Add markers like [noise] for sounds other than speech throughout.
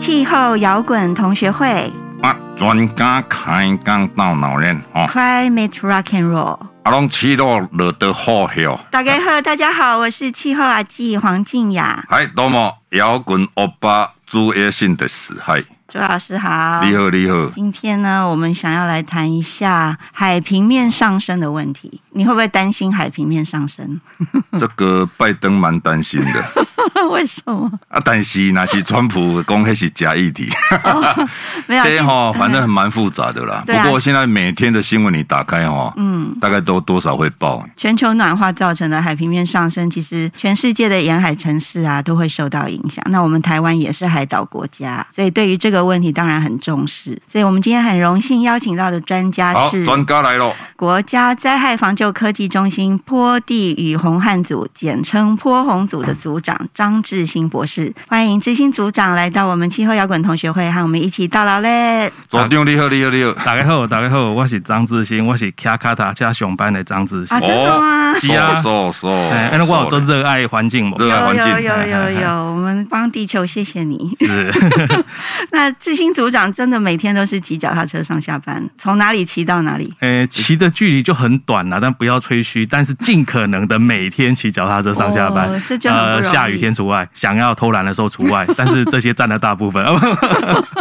气候摇滚同学会啊，专家开讲到老人哦， （Climate Rock and Roll）。啊，拢起落落得好哟。大家好，大家好，我是气候阿纪黄静雅，嗨，哎多么摇滚欧巴朱叶信的是嗨，周老师好。你好 [laughs] 你好，今天呢，我们想要来谈一下海平面上升的问题。你会不会担心海平面上升？这个拜登蛮担心 [laughs] 的为什么？啊，但是那是川普讲那是假 [laughs] 议题，没有，这哈、反正蛮复杂的啦。 [laughs] 对啊不过现在每天的新闻你打开哦，嗯，大概都多少会爆。全球暖化造成的海平面上升，其实全世界的沿海城市啊都会受到影响。那我们台湾也是海岛国家，所以对于这个问题当然很重视。所以我们今天很荣幸邀请到的专家好，啊是专家来了，国家灾害防救科技中心坡地与洪旱组，简称坡洪组的组长张志新博士。欢迎志新组长来到我们气候摇滚同学会，和我们一起到劳嘞！左啊长你好你好你好，大家好，大家好，我是张志新，我是卡卡塔加上班的张志新啊，。真的吗？是啊哦说说，哎、那我有做热爱环境嘛？热爱啊环有有境，有有有，我们帮地球，谢谢你。是， [laughs] 那志新组长真的每天都是骑脚踏车上下班，从哪里骑到哪里？哎、骑的距离就很短了，但不要吹嘘，但是尽可能的每天骑脚踏车上下班。呃哦这就很不容易下雨天除外，想要偷懒的时候除外，但是这些占了大部分。 [laughs]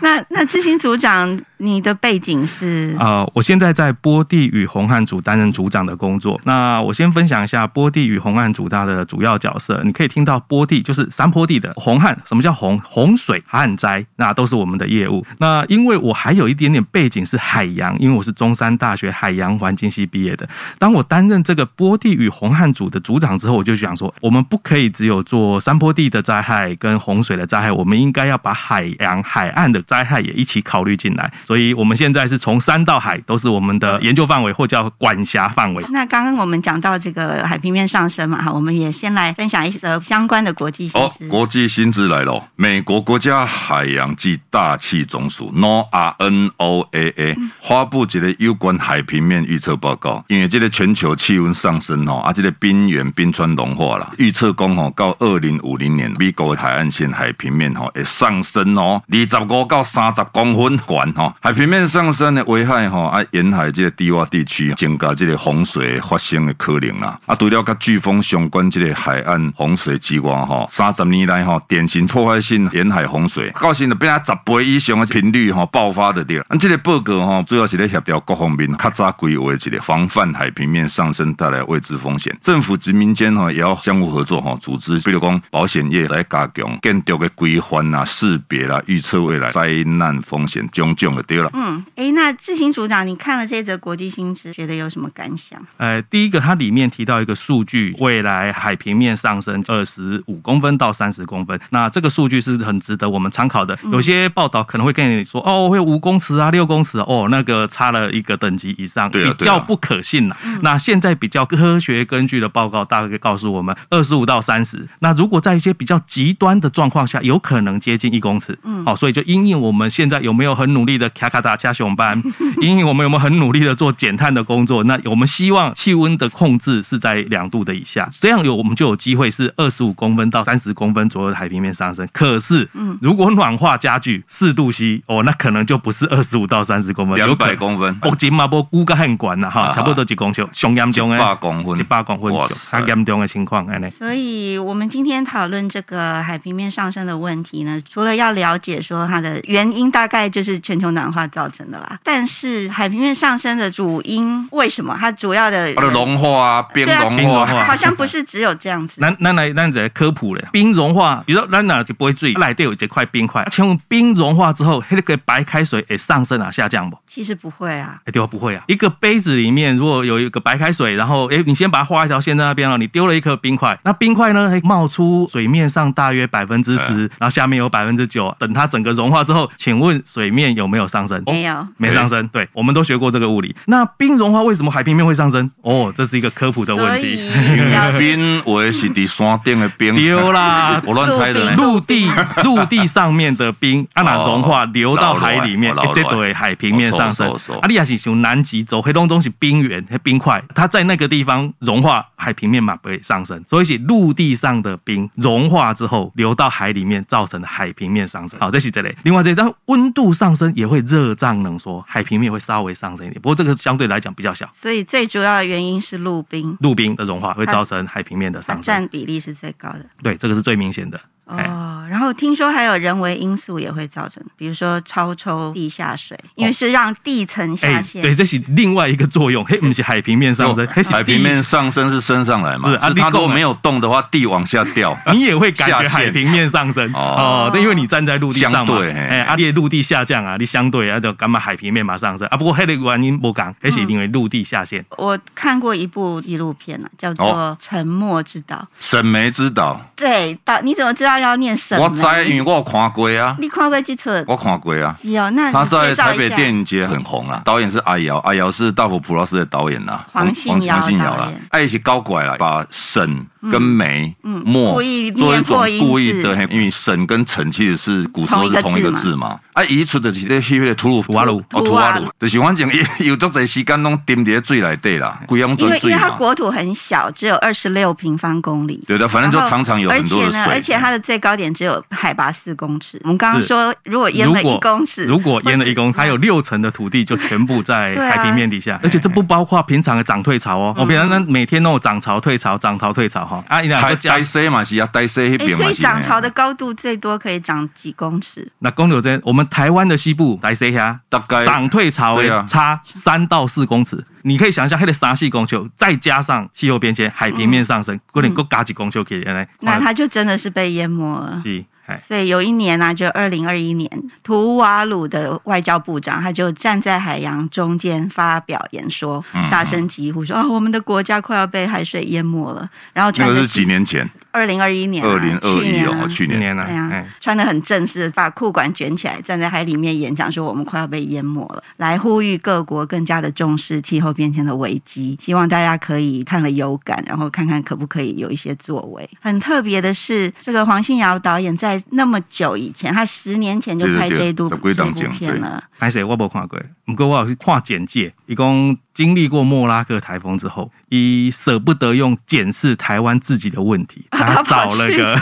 那那志新组长，你的背景是？啊呃，我现在在波地与红汉组担任组长的工作。那我先分享一下波地与红汉组它的主要角色。你可以听到波地就是山坡地的红汉，什么叫洪洪水、旱灾，那都是我们的业务。那因为我还有一点点背景是海洋，因为我是中山大学海洋环境系毕业的。当我担任这个波地与红汉组的组长之后，我就想说，我们不可以只有做山坡地的灾害跟洪水的灾害，我们应该要把海洋、海岸的灾害也一起考虑进来。所以，我们现在是从山到海都是我们的研究范围或叫管辖范围。那刚刚我们讲到这个海平面上升嘛，哈，我们也先来分享一则相关的国际新哦知。，国际薪资来了！美国国家海洋暨大气总署 （NOAA） 发布一个有关海平面预测报告，因为这个全球气温上升吼，啊，这个冰原冰川融化啦，预测讲吼到二零五零年，美国的海岸线海平面吼会上升哦，二十五到三十公分悬吼，海平面上升的危害吼啊，沿海这个低洼地区增加这个洪水发生的可能啦。啊，除了甲飓风相关这个海岸洪水之外，吼，三十年来吼，典型破坏性沿海洪水，到现在变啊十倍以上的频率吼爆发的对了。咱这个报告吼，主要是咧协调各方面较早规划一个防范海平面上升带来的未知风险，政府及民间吼也要相互合作吼，组织比如讲保险业来加强建筑的规范啦、识别啦、预测未来灾难风险种种的对了。嗯，诶，那志行组长，你看了这则国际新知，觉得有什么感想？ [laughs] 呃，第一个它里面提到一个数据，未来海平面上升二十五公分到三十公分，那这个数据是很值得我们参考的。有些报道可能会跟你说，哦，会五公尺啊，六公尺啊哦，那个差了一个等级以上，对啊比对啊较不可信啦。那现在比较科学根据的报告大概告诉我们二十五到三十，那如果在一些比较极端的状况下，有可能接近一公尺。嗯，好、所以就因应我们现在有没有很努力的卡卡达加熊 [laughs] 班，因应我们有没有很努力的做减碳的工作，那我们希望气温的控制是在两度的以下，这样有我们就有机会是二十五公分到三十公分左右的海平面上升。可是，嗯，如果暖化加剧四度 C，哦，那可能就不是二十五到三十公分，有两可百能公分， [laughs] 目前嘛，无估个很悬啦，哈，差不多一公尺，上严重一诶，百公分，啊一百公分哇上，塞较严重的情况安尼。所以，我们今天讨论这个海平面上升的问题呢，除了要了解说它的原因大概就是全球暖化造成的啦，但是海平面上升的主因为什么？它主要的啊，就融化啊，冰对啊融冰化融啊。化好像不是只有这样 [laughs] 子。咱咱来咱在科普咧，冰融化，比如说咱哪就不会醉，内底有一块冰块，请问冰融化之后，迄个白开水会上升啊下降不？其实不会啊，哎，对啊，不会啊。一个杯子里面如果有一个白开水，然后哎，你先把它画一条线在那边了，啊你丢了一颗冰块，那冰块呢，哎冒出水面上大约百分之十，然后下面有百分之九，等它整个融化之后，请问水面有没有上升？没有没上升。对，我们都学过这个物理。那冰融化为什么海平面会上升？哦，这是一个科普的所问以题。了 [laughs] 解冰我是伫山顶的冰，[laughs]，丢啦我乱猜的呢。[laughs] 陆地陆地上面的冰，啊哪融化流到海里面，哦老欸卵这都会海平面上升哦是哦是哦是哦。啊，你也是像南极洲、黑洞中是冰原、那冰块，它在那个地方融化，海平面嘛不会上升，所以是陆地上的冰融化之后流到海里面造成的海平面上升。好，这是这类。另外这张温度上升也会热胀冷缩，海平面会稍微上升一点，不过这个相对来讲比较小。所以最主要的原因是陆冰，陆冰的融化会造成海平面的它上升，占比例是最高的。对，这个是最明显的。哎哦，然后听说还有人为因素也会造成，比如说超抽地下水，因为是让地层下陷。哎对，这是另外一个作用，嘿，不是海平面上升，嘿是地哦海平面，上升是升上来嘛？是是啊你它如讲果的没有动的话，地往下掉。你也会感呃下觉陷海平面上升哦哦，对，因为你站在陆地上相嘛，对嘿哎，啊，你的陆地下降啊，你相对啊，就干嘛海平面嘛上升啊？不过黑的原因不嗯讲，那是因为陆地下陷，我看过一部纪录片啊，叫做《哦沉默之岛》。沈眉之岛，对，到你怎么知道要念什么？我知，因为我有看过啊，你看过几出？我看过啊。有，那他你介在绍台一北下电影节很红啊，导演是阿瑶，阿瑶是《大佛普拉斯》的导演啦，黄信尧黄信尧导啦演，爱起高拐啦，把沈跟梅嗯墨故意做一念种错音字故意的，嘿因为沈跟陈其实是古时候是同一个字嘛，啊，移出的是那迄个吐鲁土瓦鲁哦，土吐瓦瓦鲁啊鲁，就是反正伊有足侪时间拢沉伫水内底啦，规样因为转因水为它嘛，国土很小，只有二十六平方公里。对的，反正就然后常常有很多的而且呢，而水嗯且。它的最高点只有海拔四公尺。我们刚刚是说，如果淹如了一果公尺，如果淹了或是一公尺，还有六成的土地就全部 [laughs] 在对啊嗯海平面底下，而且这不包括平常的涨退潮哦，我平常那每天都有涨潮、退潮、涨潮、退潮哈，啊，你两台个加台西嘛是啊，台西迄哎、边嘛所是。以涨潮的高度最多可以涨几公尺，那公牛针，我们台湾的西部来谁呀？大概涨退哎潮对啊诶，差三到四公尺。你可以想一下，黑的沙系公丘，再加上气候变迁、海平面上嗯升，可能够加几公丘可以来。嗯那它就真的是被淹没了。是哎，所以有一年呢、啊，就二零二一年，图瓦鲁的外交部长他就站在海洋中间发表演说，嗯大声疾呼说：“啊、我们的国家快要被海水淹没了。”然后那穿个的是几年前，二零二一年啊、二零二去一年啊哦，去明年。年呢？对啊，哎，穿的很正式，把裤管卷起来，站在海里面演讲，说我们快要被淹没了，来呼吁各国更加的重视气候变迁的危机，希望大家可以看了有感，然后看看可不可以有一些作为。很特别的是，这个黄信尧导演在那么久以前，他十年前就拍对对对这一部十几这部年前片了，拍谁我没看过，不过我有去看简介，一共经历过莫拉克台风之后，伊舍不得用检视台湾自己的问 [laughs] 题，他找了个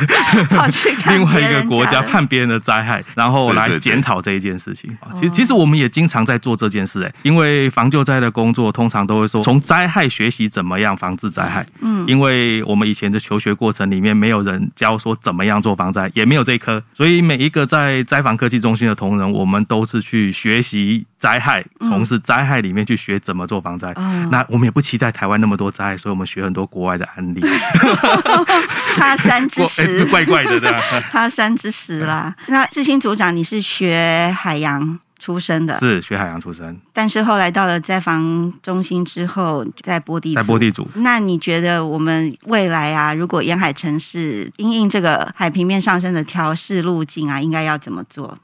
跑去 [laughs] 看另外一别个人国家家的判别人的灾害，然后来检讨这一件事情。哦啊其实其实我们也经常在做这件事、哎，因为防救灾的工作通常都会说从灾害学习怎么样防治灾害，嗯因为我们以前的求学过程里面没有人教说怎么样做防灾，也没有这一科，所以每一个在灾防科技中心的同仁，我们都是去学习灾害，从事灾害里面去学怎么做防灾。哦那我们也不期待台湾那么多灾害，所以我们学很多国外的案 [laughs] 例，他山之过。石 [laughs] 怪怪的，对啊吧？他山之石啦，那志兴组长，你是学海洋出身的， [laughs] 是学海 [laughs] 洋出身，但是后来到了灾防中心之后，在波地，在波。地组。那你觉得我们未来啊，如果沿海城市因应这个海平面上升的调试路径啊，应该要怎么做？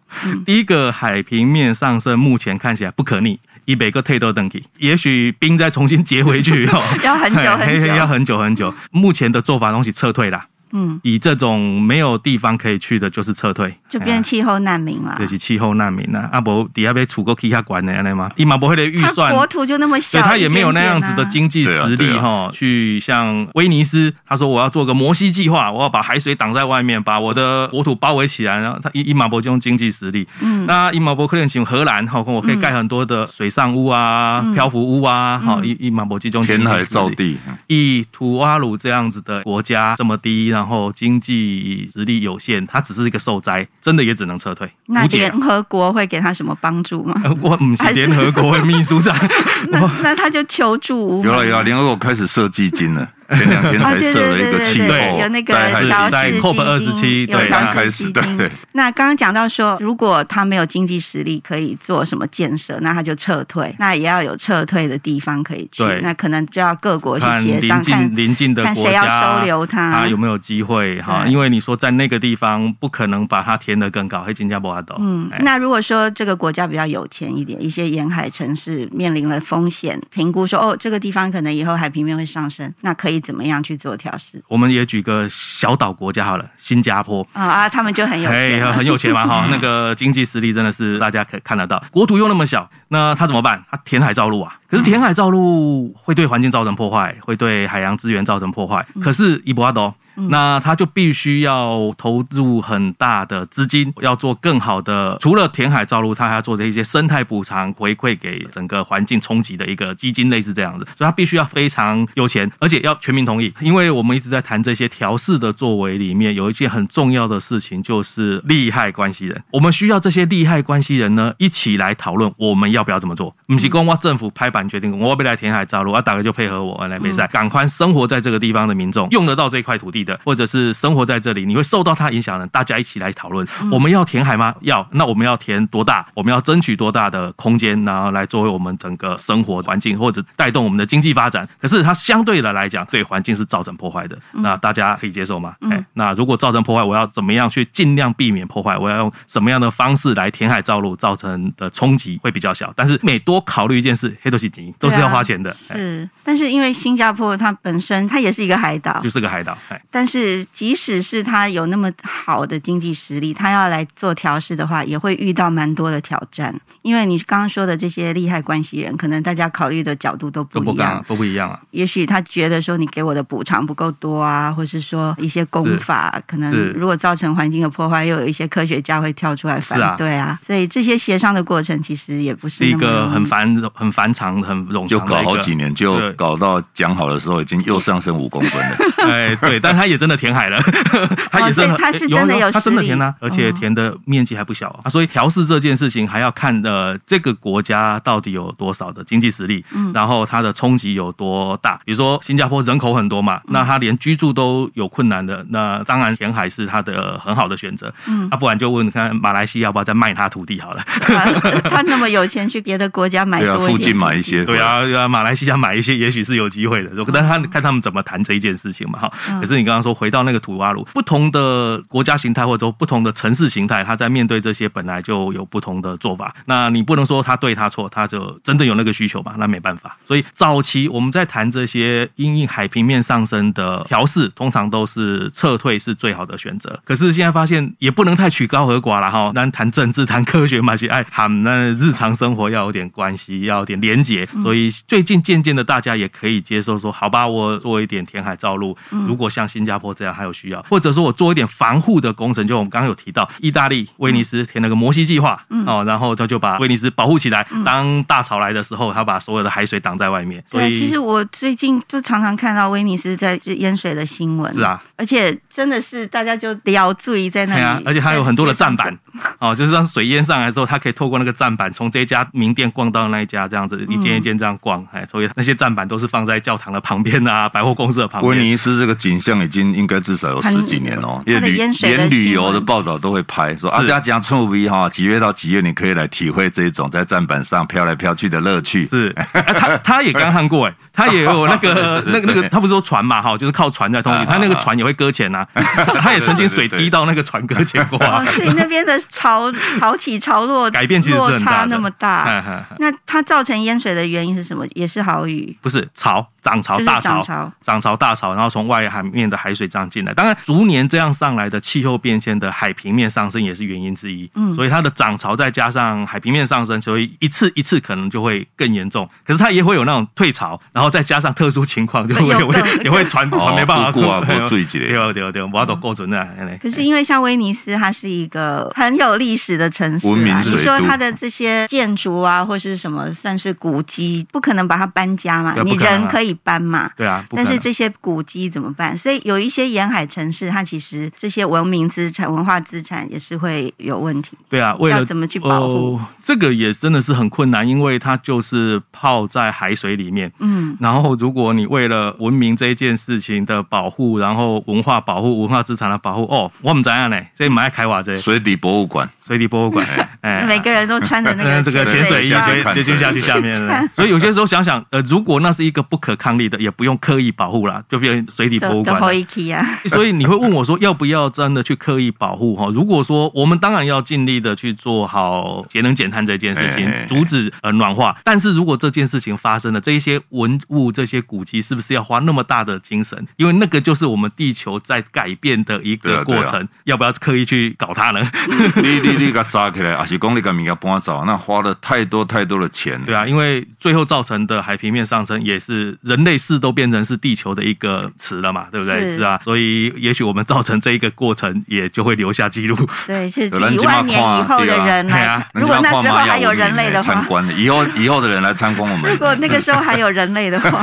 第一个海平面上升，目前看起来不可逆，以北个退都等级，也许冰再重新结 [laughs]，回去哦要很 [laughs] 久很久要很久很久。目前的做法东西撤退啦，嗯，以这种没有地方可以去的，就是撤退，就变成气候难民了哎呀、。就是气候难民啦。啊，不，底下被楚国踢下管的，安尼吗？伊嘛不会的预它算。国土就那么所小，以他也没有那样一子点的点啊经济实对啊力对啊哈、去像威尼斯，他说我要做个摩西计划，我要把海水挡在外面，把我的国土包围起来，然后他伊伊马伯就用经济实力，嗯那伊马伯克能像荷兰哈，我可以盖很多的水上屋啊、漂浮屋啊，好嗯伊伊马伯集中填海造，地，以土瓦鲁这样子的国家这么低，然后经济实力有限，它只是一个受灾，真的也只能撤退，啊那无解联。合国会给他什么帮助吗？呃我不是联合国的秘书长， [laughs] 那那他就求助无有了门 [laughs] 有了，联合国开始设基金了，前两天才设了一个气啊对对对对有那候个灾害调基金在试 COP 基金27有对调刚试开始基对金对 [laughs] 那刚刚讲到说，如果他没有经济实力可以做什么建设，那他就撤退，那也要有撤退的地方可以去对。那可能就要各国去看协邻商，看近邻近的看国谁要家收留他它有没有机会哈？对因为你说在那个地方不可能把它填得更高，黑金加波阿斗，嗯哎，那如果说这个国家比较有钱一点，一些沿海城市面临了风险，评估说哦，这个地方可能以后海平面会上升，那可以怎么样去做调试？我们也举个小岛国家好了，新加坡。啊、啊，他们就很有钱了，很有钱嘛哈，[laughs] 那个经济实力真的是大家可看得到。国土又那么小，那它怎么办？它填海造陆啊。可是填海造陆会对环境造成破坏，会对海洋资源造成破坏。嗯可是伊博阿斗，那他就必须要投入很大的资金，要做更好的。除了填海造陆，他还要做这一些生态补偿，回馈给整个环境冲击的一个基金，类似这样子。所以他必须要非常有钱，而且要全民同意。因为我们一直在谈这些调试的作为里面，有一件很重要的事情就是利害关系人。我们需要这些利害关系人呢，一起来讨论我们要不要怎么做。不是光我政府拍板决定，我要不要来填海造陆，啊，大家就配合我来比赛。赶快生活在这个地方的民众，用得到这块土地的，或者是生活在这里，你会受到它影响的，大家一起来讨论。嗯我们要填海吗？要。那我们要填多大？我们要争取多大的空间，然后来作为我们整个生活环境，或者带动我们的经济发展。可是它相对的来讲，对环境是造成破坏的。嗯那大家可以接受吗？哎、那如果造成破坏，我要怎么样去尽量避免破坏？我要用什么样的方式来填海造陆，造成的冲击会比较小？但是每多考虑一件事，黑都是急，都是要花钱的。哎是，但是因为新加坡它本身它也是一个海岛就，是个海岛，哎，但是即使是它有那么好的经济实力，它要来做调试的话，也会遇到蛮多的挑战。因为你刚刚说的这些利害关系人，可能大家考虑的角度都都不不一一样样啊，。都不一样啊。也许他觉得说你给我的补偿不够多啊，或是说一些功法可能是如果造成环境的破坏，又有一些科学家会跳出来是反啊对啊，所以这些协商的过程其实也不是一那么个容易很繁很繁长、很冗长的一就个搞好几年，就对搞到讲好的时候已经又上升五公分了。 [laughs] 哎，对，但他也真的填海了， [laughs] 他也真的，哦所以他是真的有他真的实力哦填啊，而且填的面积还不小啊，所以调试这件事情还要看呃这个国家到底有多少的经济实力，嗯然后它的冲击有多大。比如说新加坡人口很多嘛，嗯那他连居住都有困难的，那当然填海是他的很好的选择。嗯，啊，不然就问看马来西亚要不要再卖他土地好了。他 [laughs] 他那么有钱去别的国家买对多啊，一点附近买一些。对啊，对啊，马来西亚买一些 [laughs] 也许是有机会的，但是他看他们怎么谈这一件事情嘛哈。可是你刚刚说回到那个土瓦鲁，不同的国家形态或者说不同的城市形态，他在面对这些本来就有不同的做法。那你不能说他对他错，他就真的有那个需求嘛？那没办法。所以早期我们在谈这些因应海平面上升的调试，通常都是撤退是最好的选择。可是现在发现也不能太曲高和寡了哈。咱谈政治、谈科学嘛，是哎喊那日常生活要有点关系，要有点连结。所以最近渐渐的，大家也可以接受说，好吧，我做一点填海造陆。嗯如果像新加坡这样还有需要，或者说我做一点防护的工程，就我们刚刚有提到，意大利威尼斯填了个摩西计划，嗯哦，然后他就把威尼斯保护起来，当大潮来的时候，他把所有的海水挡在外面。所对，啊其以实我最近就常常看到威尼斯在就淹水的新闻，是啊，而且真的是大家就聊注意在那对里，啊，而且它有很多的站板， [laughs] 哦，就是让水淹上来的时候，它可以透过那个站板，从这一家名店逛到那一家，这样子一间一间这样逛，哎、所以那些站板都是放在教堂的旁边啊，百货公司的旁威边。尼斯这个景象已经应该至少有十几年哦，很因它为旅的淹水的连旅新闻游的报道都会拍说是啊，家讲触逼哈，几月到几月你可以来体会这种在站板上飘来飘去的乐趣。是，啊、他他也干旱过哎，他也有那个那 [laughs] 对对对啊个那个，他不是说船嘛哈，就是靠船在通行，他那个船也会搁浅呐、他也曾经水滴到那个船搁浅过、啊 [laughs] 哦，，所以那边的潮潮起潮落改变其实是落很大差的嗯那么哎大，那它造成淹水的原因是什么？也是豪雨，不是潮涨潮就是大涨潮潮涨潮大潮，然后从外海面的海水这样进来。当然，逐年这样上来的气候变迁的海平面上升也是原因之一。嗯，所以它的涨潮再加上海平面上升，所以一次一次可能就会更严重。可是它也会有那种退潮，然后再加上特殊情况，就会 [laughs] 有也会更也会传 [laughs] 哦传没办法顾啊过顾水一 [laughs] 对下啊对啊对啊，我都过准啊。这样可是因为像威尼斯，它是一个很有历史的城市、啊，文明水你都说它的这些建筑啊，或是什么算是古迹，不可能把它搬家嘛对？啊你不可能啊人可以般嘛。对啊，不可但能是这些古迹怎么办？所以有一些沿海城市，它其实这些文明资产、文化资产也是会有问题。对啊，为了要怎么去保护哦这个也真的是很困难，因为它就是泡在海水里面。嗯，然后，如果你为了文明这一件事情的保护，然后文化保护、文化资产的保护，哦，我们怎样呢？这蛮爱开瓦这水底博物馆，水底 [laughs] 博物馆，哎每个人都穿着那嗯个 [laughs] 这个潜潜水水衣衣衣，下去就看就就下去对下面 [laughs] 了。所以有些时候想想，呃，如果那是一个不可抗力的，也不用刻意保护啦，就变成水底博都物都馆好了。一起啊。 [laughs] 所以你会问我说，要不要真的去刻意保护哈？如果说我们当然要尽力的去做好节能减碳这件事情哎哎哎，阻止呃暖化。但是如果这件事情发生了，这一些文物、这些古迹，是不是要花那么大的精神？因为那个就是我们地球在改变的一对啊个对啊过程，要不要刻意去搞它 [laughs] 呢？你你你给扎起来，还是讲你给物件搬走，那花了太多太多的钱。对啊，因为最后造成的海平面上升，也是人类世都变成是地球的一个词了嘛，对不对？是是啊，所以也许我们造成这一个过程，也就会留下记录。对，是对咱几现在万年以后的人看啊来对啊。咱如果现在那看时候玛雅还有文明人类的来参 [laughs] 话，观的，以后以后的人来参观我们。如果那个时候还有人类的 [laughs] 话，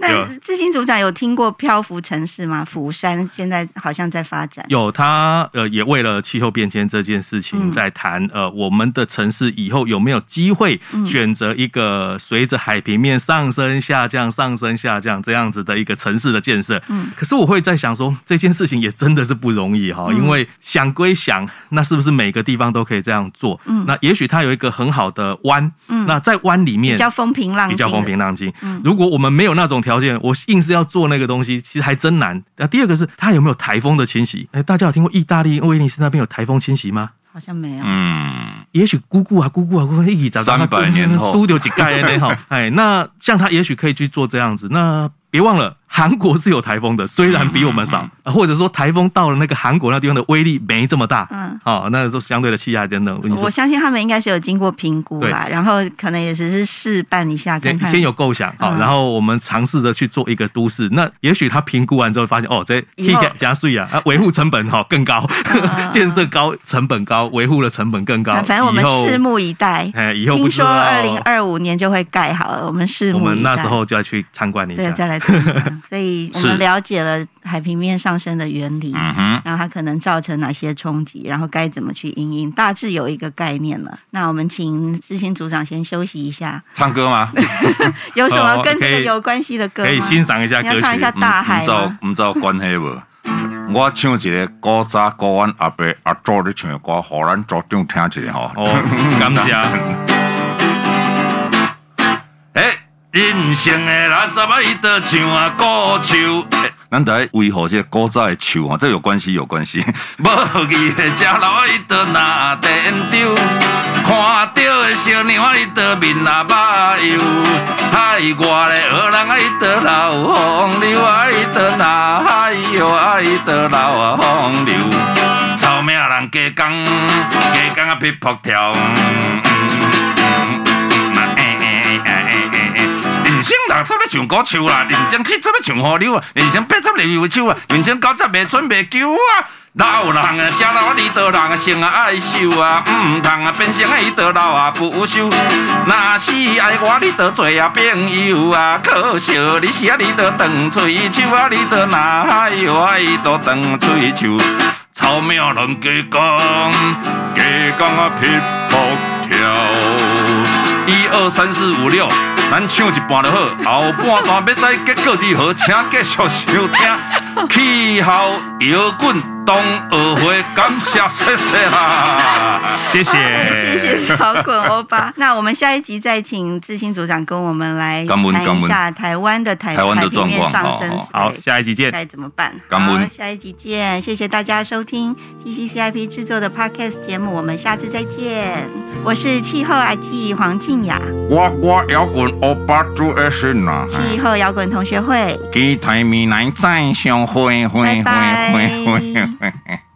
那对志兴组长有听过漂浮城市吗？釜山现在好像在发展。有他呃，也为了气候变迁这件事情嗯在谈、呃，我们的城市以后有没有机会选择一个随着海平面上升、下降、上升、下降这样子的一个城市的建设？嗯，可是我会在想说，这件事情也真的是不容易哈、嗯因为想归想，那是不是每个地方都可以这样做？嗯那也许它有一个很好的湾，嗯那在湾里面比较风平浪静，比较风平。浪静嗯。如果我们没有那种条件，我硬是要做那个东西，其实还真难。那第二个是它有没有台风的侵袭？哎，大家有听过意大利威尼斯那边有台风侵袭吗？好像没有。嗯，也许姑姑啊，姑姑啊，姑姑一起找到300年后都丢几盖呢哈。哎，那像他也许可以去做这样子。那别忘了，韩国是有台风的，虽然比我们嗯少，啊或者说台风到了那个韩国那地方的威力没这么大。嗯，哦，那都相对的气压等等，你说我相信他们应该是有经过评估啦，然后可能也只是试办一下看先看。先有构想好，嗯然后我们尝试着去做一个都市。那也许他评估完之后发现，哦，这以后加税啊，啊，维护成本哈更高， [laughs] 建设高，成本高，维护的成本更高。啊反正我们以后拭目以待。哎，以后不听知说道二零二五年就会盖好了，我们拭目以待。我们那时候就要去参观一对啊下。再来听 [laughs] 看，所以我是们了解了海平面上升的原理。嗯哼，然后它可能造成哪些冲击，然后该怎么去应应，大致有一个概念了。那我们请知行组长先休息一下，唱歌吗？有什么哦跟这可个以有关系的歌吗？可以欣赏一下你要歌唱一曲嗯下，大海唔知道吗？唔知道关系无？我唱一个古早古阮阿伯阿祖咧唱的歌，互咱组长听一下吼。哦，感谢。啊诶，人生的六十啊，伊都像啊古树。诶咱得维护这个古早的树啊吼，这有关系有关系。 [laughs] 无义的食老啊伊都拿电丢，看到的小娘啊伊都面啊抹油，海外的荷人啊伊都流风流啊伊都拿海哟啊伊都流啊风流，臭命人加讲加讲啊皮破条。嘛哎哎哎哎哎哎人生六十咧上古树啦，人生七十咧上河流啊，人生八十咧游手啊，人生九十未春未久啊。老人啊，食老啊，二道人啊，生啊爱受啊，毋通啊变成啊伊道老啊不朽。若是爱我，你倒做啊朋友啊，可惜你是啊，你倒断喙手啊，你倒哪海哟，啊伊倒断喙手。草庙人加讲，加讲啊皮薄条。一二三四五六，咱唱一半就好，后半段要知结果如何，请继续收 [laughs] 听。气候摇滚冬学会，感谢谢谢啦。 [laughs] 谢谢， [laughs] 谢谢摇滚欧 [laughs] 巴。那我们下一集再请志兴组长跟我们来感谈恩感一恩下台湾的台台湾的海平面状况哦上升好好，对下一集见。该怎么办？感恩好，下一集见，谢谢大家收听 TCCIP 制作的 Podcast 节目，我们下次再见。我是气候 IT 黄静雅，我我摇滚欧巴主的是哪？气候摇滚同学会。期待未来再相会，会拜拜会会会会。